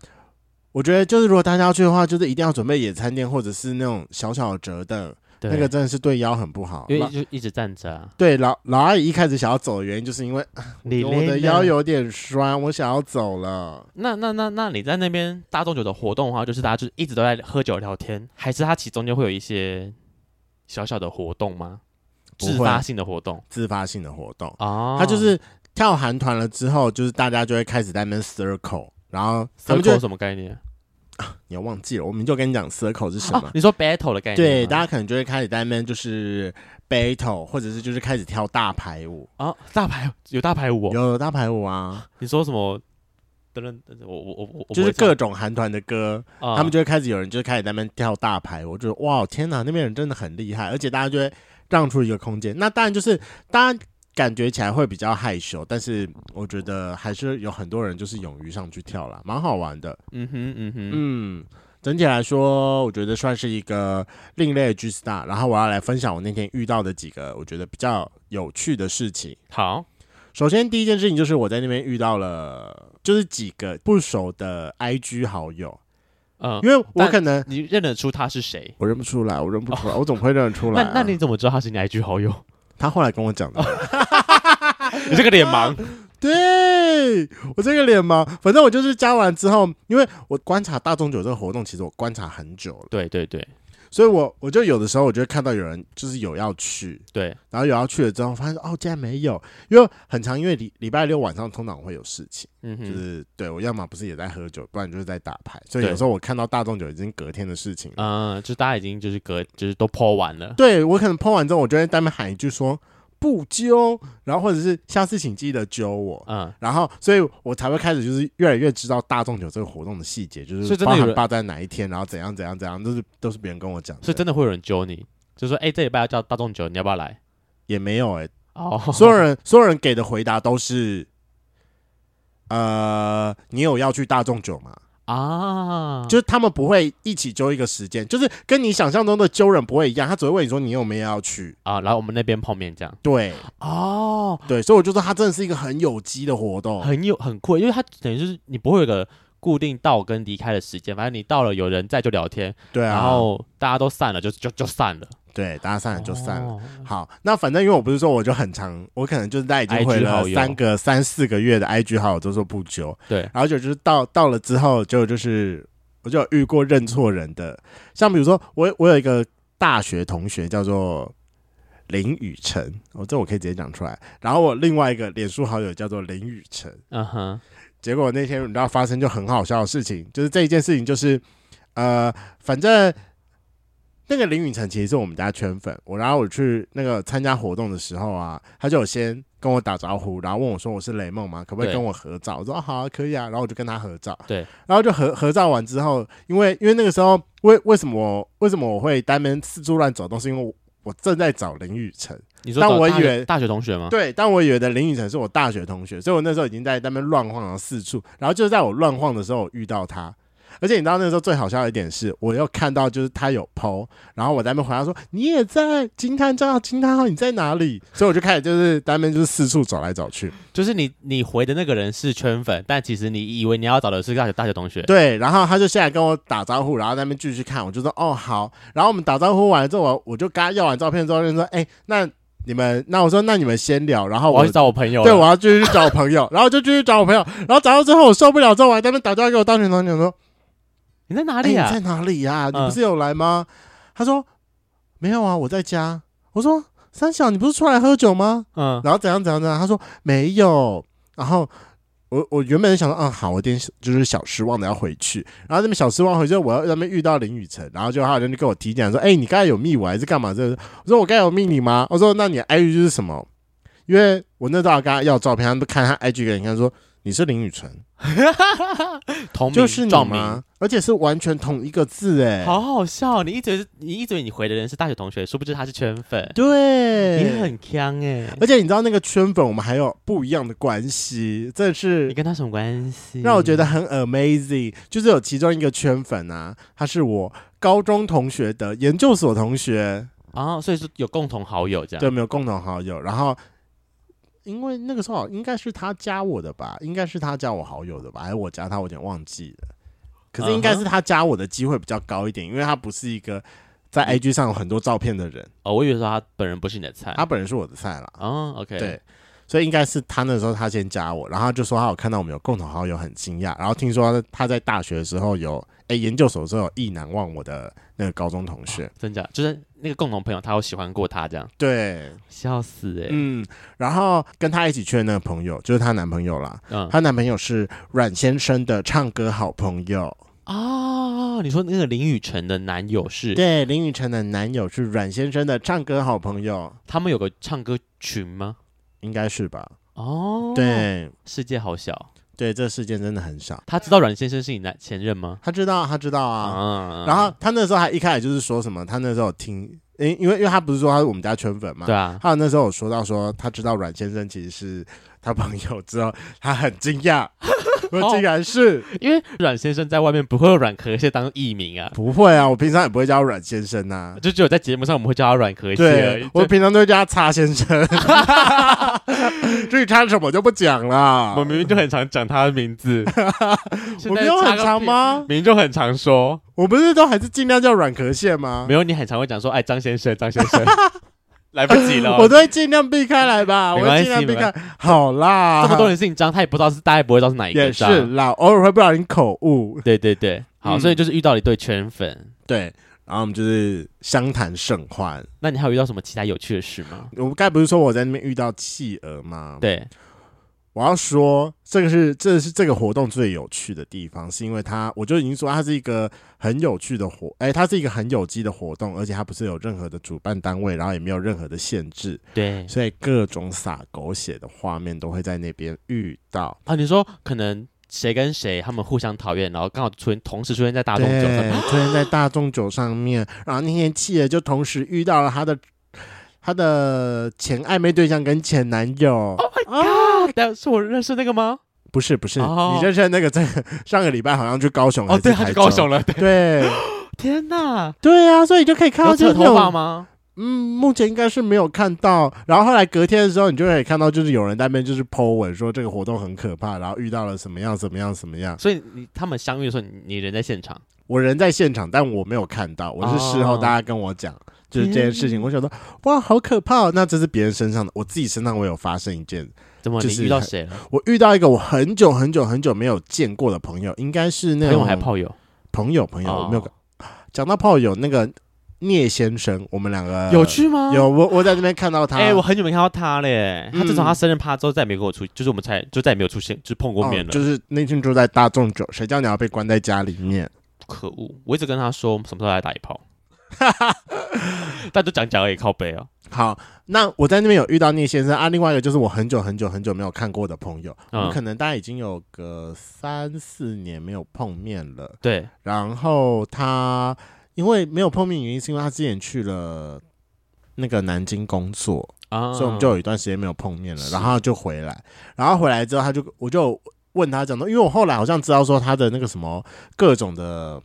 S3: 我觉得，就是如果大家要去的话，就是一定要准备野餐垫或者是那种小小的折凳，
S2: 对，
S3: 那个真的是对腰很不好。
S2: 因为
S3: 老
S2: 就一直站着啊，
S3: 对老老阿姨一开始想要走的原因，就是因为呃
S2: 你
S3: 我的腰。有点酸，我想要走了。
S2: 那那那那你在那边大众酒的活动的话，就是大家就是一直都在喝酒聊天，还是它其中间会有一些小小的活动吗？
S3: 不
S2: 自
S3: 会
S2: 发性的活动
S3: 自发性的活动，
S2: 啊，
S3: 他就是跳韩团了之后，就是大家就会开始在那边 circle，然后他
S2: 他
S3: 们
S2: 们
S3: 就
S2: 什么概念？
S3: 你要忘记了，我们就跟你讲 circle 是什么
S2: 哦，。你说 battle 的概念？
S3: 对，大
S2: 家
S3: 家可能就会开始在那边就是 battle，或者是就是开始跳大排舞，
S2: 啊，大牌 [laughs] 有大牌舞哦、
S3: 有大排舞啊，
S2: 你说什么？等等，我我我我我
S3: 就是
S2: 不会啊
S3: 各种韩团的歌，
S2: 唱，
S3: 他们
S2: 就
S3: 就会开始有人就开始在那边跳大牌，我就觉得哇天哪，那边人真的很厉害，而且大家就会让出一个空间。那当然就是大家感觉起来会比较害羞，但是我觉得还是有很多人就是勇于上去跳啦，蛮好玩的。
S2: 嗯哼嗯哼
S3: 嗯，整体来说，我觉得算是一个另类的 G Star。然后我要来分享我那天遇到的几个我觉得比较有趣的事情。
S2: 好，
S3: 首先第一件事情就是我在那边遇到了，就是几个不熟的 IG 好友，
S2: 嗯，
S3: 因为我
S2: 但
S3: 可能
S2: 你认得出他是谁？
S3: 我认不出来，我认不出来，我怎么会认得出来、
S2: 那
S3: 啊？
S2: 那你怎么知道他是你 IG 好友？ [laughs]
S3: 他后来跟我讲的，
S2: 你这个脸盲，
S3: [laughs] 对我这个脸盲，反正我就是加完之后，因为我观察大众酒这个活动，其实我观察很久了，
S2: 对对对
S3: 所以我我就有的时候我就会看到有人就是有要去，
S2: 对，
S3: 然后有要去了之后，发现哦竟然没有，因为很长，因为礼礼拜六晚上通常会有事情，
S2: 嗯
S3: 就
S2: 哼，
S3: 是对我要么不是也在喝酒，不然就是在打牌，所以
S2: 对
S3: 有时候我看到大众酒已经隔天的事情了，
S2: 嗯，就大家已经就是隔就是都 po 完了，
S3: 对我可能碰完之后，我就会在那边喊一句说不揪，然后或者是下次请记得揪我，
S2: 嗯，
S3: 然后，所以我才会开始就是越来越知道大众酒这个活动的细节，就
S2: 所
S3: 是
S2: 以真的
S3: 包
S2: 有
S3: 含
S2: 人
S3: 霸在哪一天，然后怎样怎样怎样，都是都是别人跟我讲的，
S2: 所以真的会有人揪你，就说哎、这礼拜要叫大众酒，你要不要来？
S3: 也没有哎、
S2: 哦，
S3: 所有人所有人给的回答都是，呃，你有要去大众酒吗？
S2: [laughs] 啊，
S3: 就是他们不会一起揪一个时间，就是跟你想象中的揪人不会一样，他只会问你说你有没有要去。
S2: 啊，然后我们那边碰面这样，
S3: 对
S2: 哦，
S3: 对，所以我就说他真的是一个很有机的活动，
S2: 很有很酷，因为他等于就是你不会有个固定到跟离开的时间，反正你到了有人在就聊天，
S3: 对啊，
S2: 然后大家都散了就就就散了，
S3: 对大家散了就散了。
S2: 哦
S3: 好，那反正因为我不是说我就很长，我可能就是大概已经
S2: IG
S3: 回了
S2: 好友
S3: 三个三四个月的 IG 好友都说不揪，
S2: 对，
S3: 然后就就是到到了之后就就是我就有遇过认错人的，像比如说我我有一个大学同学叫做林雨辰，我、这我可以直接讲出来，然后我另外一个脸书好友叫做林雨辰，
S2: 嗯哼，
S3: 结果那天你知道发生就很好笑的事情，就是这一件事情就是，呃，反正那个林允成其实是我们家圈粉，我然后我去那个参加活动的时候啊，他就有先跟我打招呼，然后问我说我是雷梦吗？可不可以
S2: 对
S3: 跟我合照？我说、啊、好、啊，可以啊，然后我就跟他合照，
S2: 对，
S3: 然后就合合照完之后，因为因为那个时候为为什么我为什么我会单边四处乱走动，是因为我我正在找林雨辰。
S2: 你说
S3: 但
S2: 找
S3: 我
S2: 大
S3: 以
S2: 学
S3: 为
S2: 大学同学吗？
S3: 对，但我以为的林雨辰是我大学同学，所以我那时候已经在那边乱晃，然后四处，然后就在我乱晃的时候，我遇到他，而且你知道那时候最好笑的一点是，我又看到就是他有 PO，然后我在那边回答说你也在惊叹号惊叹号你在哪里？所以我就开始就是单边就是四处走来走去。
S2: 就是你你回的那个人是圈粉，但其实你以为你要找的是大学大学同学。
S3: 对，然后他就下来跟我打招呼，然后在那边继续看，我就说哦好。然后我们打招呼完之后，我我就跟他要完照片之后，就说哎、那你们那我说那你们先聊，然后
S2: 我
S3: 啊我
S2: 要去找我朋友了。
S3: 对，我要继续去找我朋友， [laughs] 然后就继续找我朋友，然后找到之后我受不了之后，我还在那边打电话给我当选同学说，
S2: 你在哪
S3: 哎、
S2: 里啊
S3: 你？在哪里呀、你
S2: 嗯
S3: 不是有来吗？他说没有啊，我在家。我说三小，你不是出来喝酒吗？
S2: 嗯，
S3: 然后怎样怎样怎样，他说没有，然后。我我原本想说，嗯，好，我有点就是小失望的要回去，然后那边小失望回去，我要在那边遇到林雨辰，然后就他有人就跟我提点说，哎、你刚才有密我还是干嘛？这我说我刚才有密你吗？我说那你的 IG 是什么？因为我那时候跟他要照片，他们看他 IG 给人看说你是林雨辰，
S2: 同名
S3: 就是你
S2: 撞
S3: 吗
S2: 名，？
S3: 而且是完全同一个字、哎，
S2: 好好笑。你一直你一直以为你回的人是大学同学，殊不知他是圈粉。
S3: 对，
S2: 你很强哎、
S3: 而且你知道那个圈粉，我们还有不一样的关系，真的
S2: 你
S3: 是
S2: 跟他什么关系？
S3: 让我觉得很 amazing。就是有其中一个圈粉啊，他是我高中同学的研究所同学，
S2: 啊，所以是有共同好友这样。
S3: 对，没有共同好友。然后因为那个时候应该是他加我的吧，应该是他加我好友的吧，还是我加他，我有点忘记了。可是应该
S2: 嗯
S3: 是他加我的机会比较高一点，因为他不是一个在 IG 上有很多照片的人，
S2: 哦，我以为说他本人不是你的菜。
S3: 他本人是我的菜啦。
S2: 哦，OK，
S3: 对，所以应该是他那时候他先加我，然后他就说他有看到我们有共同好友，很惊讶。然后听说他在大学的时候有，哎、研究所的时候有意难忘我的那个高中同学。
S2: 真假就是那个共同朋友，他有喜欢过他这样，
S3: 对，
S2: 笑死哎、
S3: 嗯，然后跟他一起去的那个朋友就是她男朋友啦，
S2: 嗯
S3: 她男朋友是阮先生的唱歌好朋友。
S2: 哦，你说那个林雨辰的男友是
S3: 对，林雨辰的男友是阮先生的唱歌好朋友，
S2: 他们有个唱歌群吗？
S3: 应该是吧？
S2: 哦，，
S3: 对，
S2: 世界好小。
S3: 对，这事件真的很少。
S2: 他知道阮先生是你男前任吗？
S3: 他知道，他知道啊。
S2: 啊
S3: 然后他那时候还一开始就是说什么，他那时候有听，因因为因为他不是说他是我们家圈粉嘛，
S2: 对啊，
S3: 他有那时候有说到说他知道阮先生其实是他朋友之后，他很
S2: [laughs]
S3: 惊讶，我竟然是、
S2: 因为阮先生在外面不会有阮壳蟹当艺名啊，
S3: 不会啊，我平常也不会叫阮先生呐、
S2: 就只有在节目上我们会叫他阮壳蟹而已
S3: 对，我
S2: 就
S3: 平常都会叫他叉先生， [laughs] 至于叉什么就不讲
S2: 我
S3: 啦。
S2: 们明明就很常讲他的名
S3: [laughs]
S2: 字，
S3: 我没有很长
S2: 长？
S3: 吗？
S2: 明明就很常说，
S3: 我不是都还是尽量叫软壳蟹吗
S2: 没？有你很常会讲说，哎，张先生，张先
S3: [laughs]
S2: 生，来不及了，
S3: 我都会尽量避开来吧，我
S2: 没关
S3: 会
S2: 系
S3: 尽量避
S2: 没
S3: 开。好啦，
S2: 这么多人姓张，他也不知道是大家也不会知道是哪一
S3: 也
S2: 个张。
S3: 是啦，偶尔会不小心口误。
S2: 对对对，好，
S3: 嗯
S2: 所以就是遇到了一对圈粉。
S3: 对，然后我们就是相谈甚欢。
S2: 那你还有遇到什么其他有趣的事吗？
S3: 我们该不是说我在那边遇到企鹅吗？，
S2: 对，
S3: 我要说这个是这是这个活动最有趣的地方，是因为它，我就已经说它是一个很有趣的活，哎、它是一个很有机的活动，而且它不是有任何的主办单位，然后也没有任何的限制，
S2: 对，
S3: 所以各种撒狗血的画面都会在那边遇到。
S2: 啊，你说可能谁跟谁他们互相讨厌，然后刚好出现同时出现在大众
S3: 对，
S2: 酒上，
S3: 出现在大众酒上面，然后那天企鹅就同时遇到了他的他的前暧昧对象跟前男友。
S2: 啊但是我认识那个吗？
S3: 不是不是，
S2: 哦
S3: 你认识的那个在上个礼拜好像去高雄还
S2: 哦，
S3: 是
S2: 对，他
S3: 台
S2: 去
S3: 中
S2: 高雄了。 [laughs] 对，
S3: 对
S2: 天哪，
S3: 对啊，所以你就可以看到
S2: 有
S3: 就是
S2: 扯
S3: 那
S2: 头发
S3: 种，
S2: 吗？
S3: 嗯，目前应该是没有看到。然后后来隔天的时候，你就可以看到就是有人在那边就是 po 文说这个活动很可怕，然后遇到了什么样什么样什么样。
S2: 所以你他们相遇的时候，你你人在现场，
S3: 我人在现场，但我没有看到，我是事后
S2: 哦
S3: 大家跟我讲。就是这件事情，我想说，哇，好可怕、哦！那这是别人身上的，我自己身上我有发生一件，
S2: 怎么
S3: 就
S2: 你
S3: 是
S2: 遇到
S3: 很
S2: 谁了？
S3: 我遇到一个我很久很久很久没有见过的朋友，应该是那
S2: 朋友
S3: 种
S2: 还炮友？
S3: 朋友朋友，
S2: 哦
S3: 我没有讲到炮友那个聂先生，我们两个
S2: 有去吗？
S3: 呃有我我在那边看到他，哦
S2: 哎、我很久没看到他嘞。他自从
S3: 嗯
S2: 他生日趴之后，再也没跟我出，就是我们才就再也没有出现，就是碰过面
S3: 哦
S2: 了。
S3: 就是那天住在大众酒，谁叫你要被关在家里面？
S2: 可恶！我一直跟他说我们什么时候来打一炮， [laughs] 但就讲讲而已，靠背哦。
S3: 好，那我在那边有遇到聂先生啊，另外一个就是我很久很久很久没有看过的朋友，我们
S2: 嗯，
S3: 可能大概已经有个三四年没有碰面了。
S2: 对，
S3: 然后他因为没有碰面，原因是因为他之前去了那个南京工作，
S2: 啊，
S3: 所以我们就有一段时间没有碰面了，
S2: 是
S3: 然后他就回来，然后回来之后他就我就问他讲的，因为我后来好像知道说他的那个什么各种的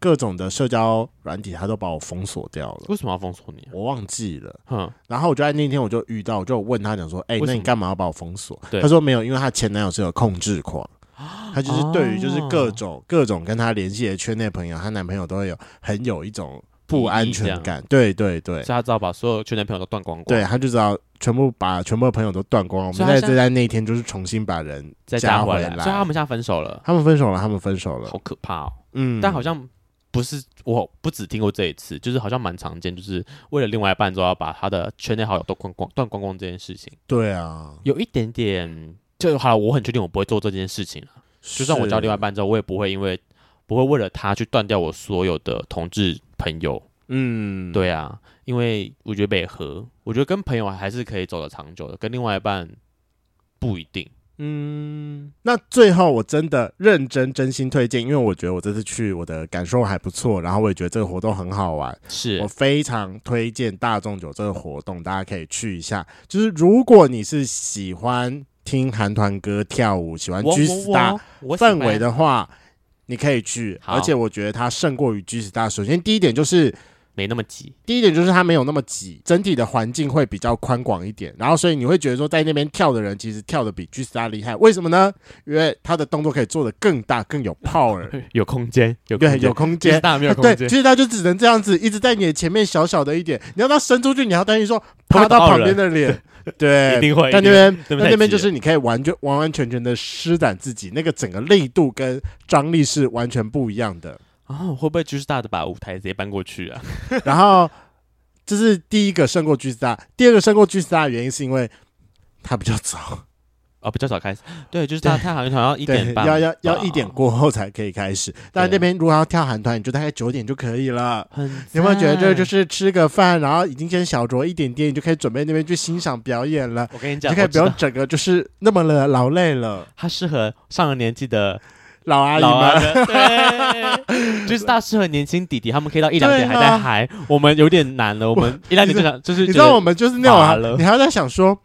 S3: 各种的社交软体，他都把我封锁掉了，
S2: 为什么要封锁你啊？
S3: 我忘记了。
S2: 哼，
S3: 然后我就在那天我就遇到，我就问他讲说，哎、
S2: 为什么
S3: 那你干嘛要把我封锁？
S2: 对啊
S3: 他说没有，因为他前男友是有控制狂。他就是对于就是各种、各种跟他联系的圈内朋友，她男朋友都会有很有一种不安全感。对对对
S2: 所以，他知道把所有圈内朋友都断光光，
S3: 对，，他就知道全部把全部的朋友都断光了。我
S2: 所以
S3: 们
S2: 他
S3: 在
S2: 现在
S3: 在在那一天就是重新把人
S2: 再
S3: 加
S2: 加
S3: 回
S2: 回来，所以他们现在分手了，
S3: 他们分手了，他们分手了
S2: 好。可怕哦。
S3: 嗯，
S2: 但好像不是，我不只听过这一次，就是好像蛮常见，就是为了另外一半之后要把他的圈内好友都光光断光光这件事情，
S3: 对啊，
S2: 有一点点就好了。我很确定我不会做这件事情了，
S3: 就
S2: 就算我交另外一，半之后，我也不会因为不会为了他去断掉我所有的同志朋友。
S3: 嗯，，
S2: 对啊，因为我觉得北河，我觉得跟朋友还是可以走得长久的，跟另外一半不一定。
S3: 嗯。那最后我真的认真真心推荐，因为我觉得我这次去我的感受还不错，然后我也觉得这个活动很好玩，
S2: 是
S3: 我非常推荐大众酒这个活动，大家可以去一下。就是如果你是喜欢听韩团歌、跳舞、喜欢
S2: 我
S3: G Star
S2: 我我喜欢
S3: 氛围的话，你可以去，
S2: 好
S3: 而且我觉得它胜过于 G Star。首先，第一点就是，
S2: 没那么急，
S3: 第一点就是它没有那么挤，整体的环境会比较宽广一点，然后所以你会觉得说，在那边跳的人其实跳的比 G Star 厉害，为什么呢？因为他的动作可以做的更大、更有
S2: [laughs]
S3: power，
S2: 有空间，有空
S3: 对，
S2: 间
S3: 有空间。
S2: 大没有空
S3: 对，
S2: 间
S3: 其，实他就只能这样子，一直在你的前面小小的一点，你要他伸出去，你还要担心说
S2: 他会
S3: 趴
S2: 打
S3: 到
S2: 到
S3: 旁边
S2: 人 [laughs]
S3: 的脸，对，
S2: 一定会
S3: 但
S2: 一定
S3: 那边
S2: 那边
S3: 那
S2: 太
S3: 那边
S2: 急
S3: 就是你可以完全完完全全的施展自己，那个整个力度跟张力是完全不一样的。
S2: 啊，会不会就是大的把舞台直接搬过去啊？
S3: 然后这是第一个胜过 G Star，第二个胜过 G Star 的原因是因为他比较早，
S2: 哦，比较早开始，对，就是他他好像好像一
S3: 对
S2: 点，半，
S3: 要要要一点，过后才可以开始。但那边如果要跳韩团，你就大概九点就可以了。
S2: 很？
S3: 你有没有觉得这个就是是吃个饭，然后已经先小酌一点点，你就可以准备那边去欣赏表演了，
S2: 我跟你
S3: 你
S2: 讲，
S3: 就可以
S2: 我
S3: 不
S2: 知
S3: 用
S2: 道
S3: 整个就是那么的劳累了，
S2: 他适合上了年纪的
S3: 老阿姨
S2: 老
S3: 们
S2: 阿。的，对，就是他适合年轻弟弟，他们可以到一两
S3: 对
S2: 点还在
S3: 啊
S2: 嗨，我们有点难了，我们一两点就想就是
S3: 你
S2: 觉
S3: 知道
S2: 得
S3: 我们就是那种啊
S2: 乏了，
S3: 你还要在想说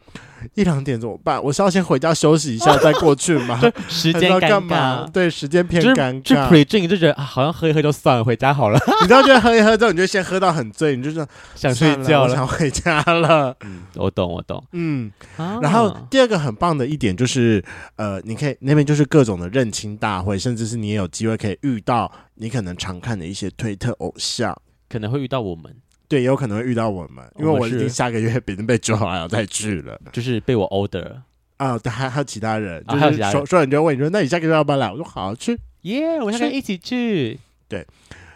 S3: 一两点怎么办？我是要先回家休息一下再过去
S2: [laughs]
S3: 吗？
S2: 时
S3: 还
S2: 间
S3: 是要干
S2: 尴
S3: 嘛
S2: 尬？。
S3: 对，时间偏
S2: 就是
S3: 尴
S2: 就
S3: 尬。
S2: pre drink 就觉得啊，好像喝一喝就算了，回家
S3: [laughs]
S2: 好了，
S3: 你知道，就喝一喝之后，你就先喝到很醉，你就说
S2: 想睡觉
S3: 算我
S2: 了。
S3: 想回家
S2: [laughs]
S3: 了。
S2: 嗯，我懂，我懂。
S3: 嗯，
S2: 啊
S3: 然后第二个很棒的一点就是，呃，你可以那边就是各种的认亲大会，甚至是你也有机会可以遇到你可能常看的一些推特偶像。
S2: 可能会遇到我们，
S3: 对，也有可能会遇到我们，因为
S2: 我们
S3: 我已
S2: 哦是
S3: 经下个月比那被抓还要再去了。
S2: 就是被我 order，
S3: 啊，对，还还有其他人，
S2: 啊
S3: 就
S2: 还有
S3: 是
S2: 其他
S3: 说
S2: 人
S3: 说人就会问你说，那你下个月要不要来？我说好啊去。
S2: 耶我想跟
S3: 是
S2: 你一起去。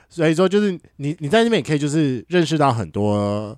S3: 所以说，就是你你在那边也可以就是认识到很多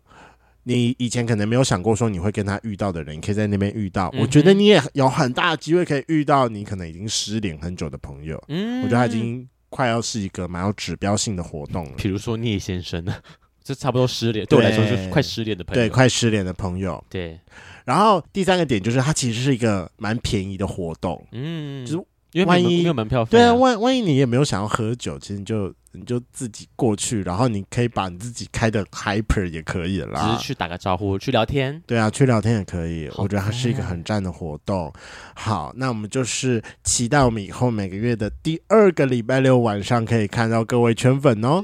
S3: 你以前可能没有想过说你会跟他遇到的人，你可以在那边遇到。我觉得
S2: 嗯哼
S3: 你也有很大的机会可以遇到你可能已经失联很久的朋友。
S2: 嗯
S3: 我觉得他已经快要是一个蛮有指标性的活动了。
S2: 比如说聂先生呢，这差不多失恋，对我来说就是快失恋的朋友。
S3: 对，快失联的朋友。
S2: 对
S3: 然后第三个点就是，它其实是一个蛮便宜的活动。
S2: 嗯，
S3: 就是
S2: 因为
S3: 万
S2: 没有
S3: 一
S2: 没有门票费、
S3: 对啊，万万一你也没有想要喝酒，其实你就你就自己过去，然后你可以把你自己开的 hyper 也可以
S2: 只
S3: 啦
S2: 是。去打个招呼，去聊天。
S3: 对啊，去聊天也可以，
S2: 好
S3: 我觉得它是一个
S2: 赞
S3: 很赞的活动。好，那我们就是期待我们以后每个月的第二个礼拜六晚上可以看到各位圈粉哦。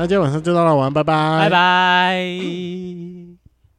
S3: 那今天晚上就到了，玩，拜拜，
S2: 拜。拜。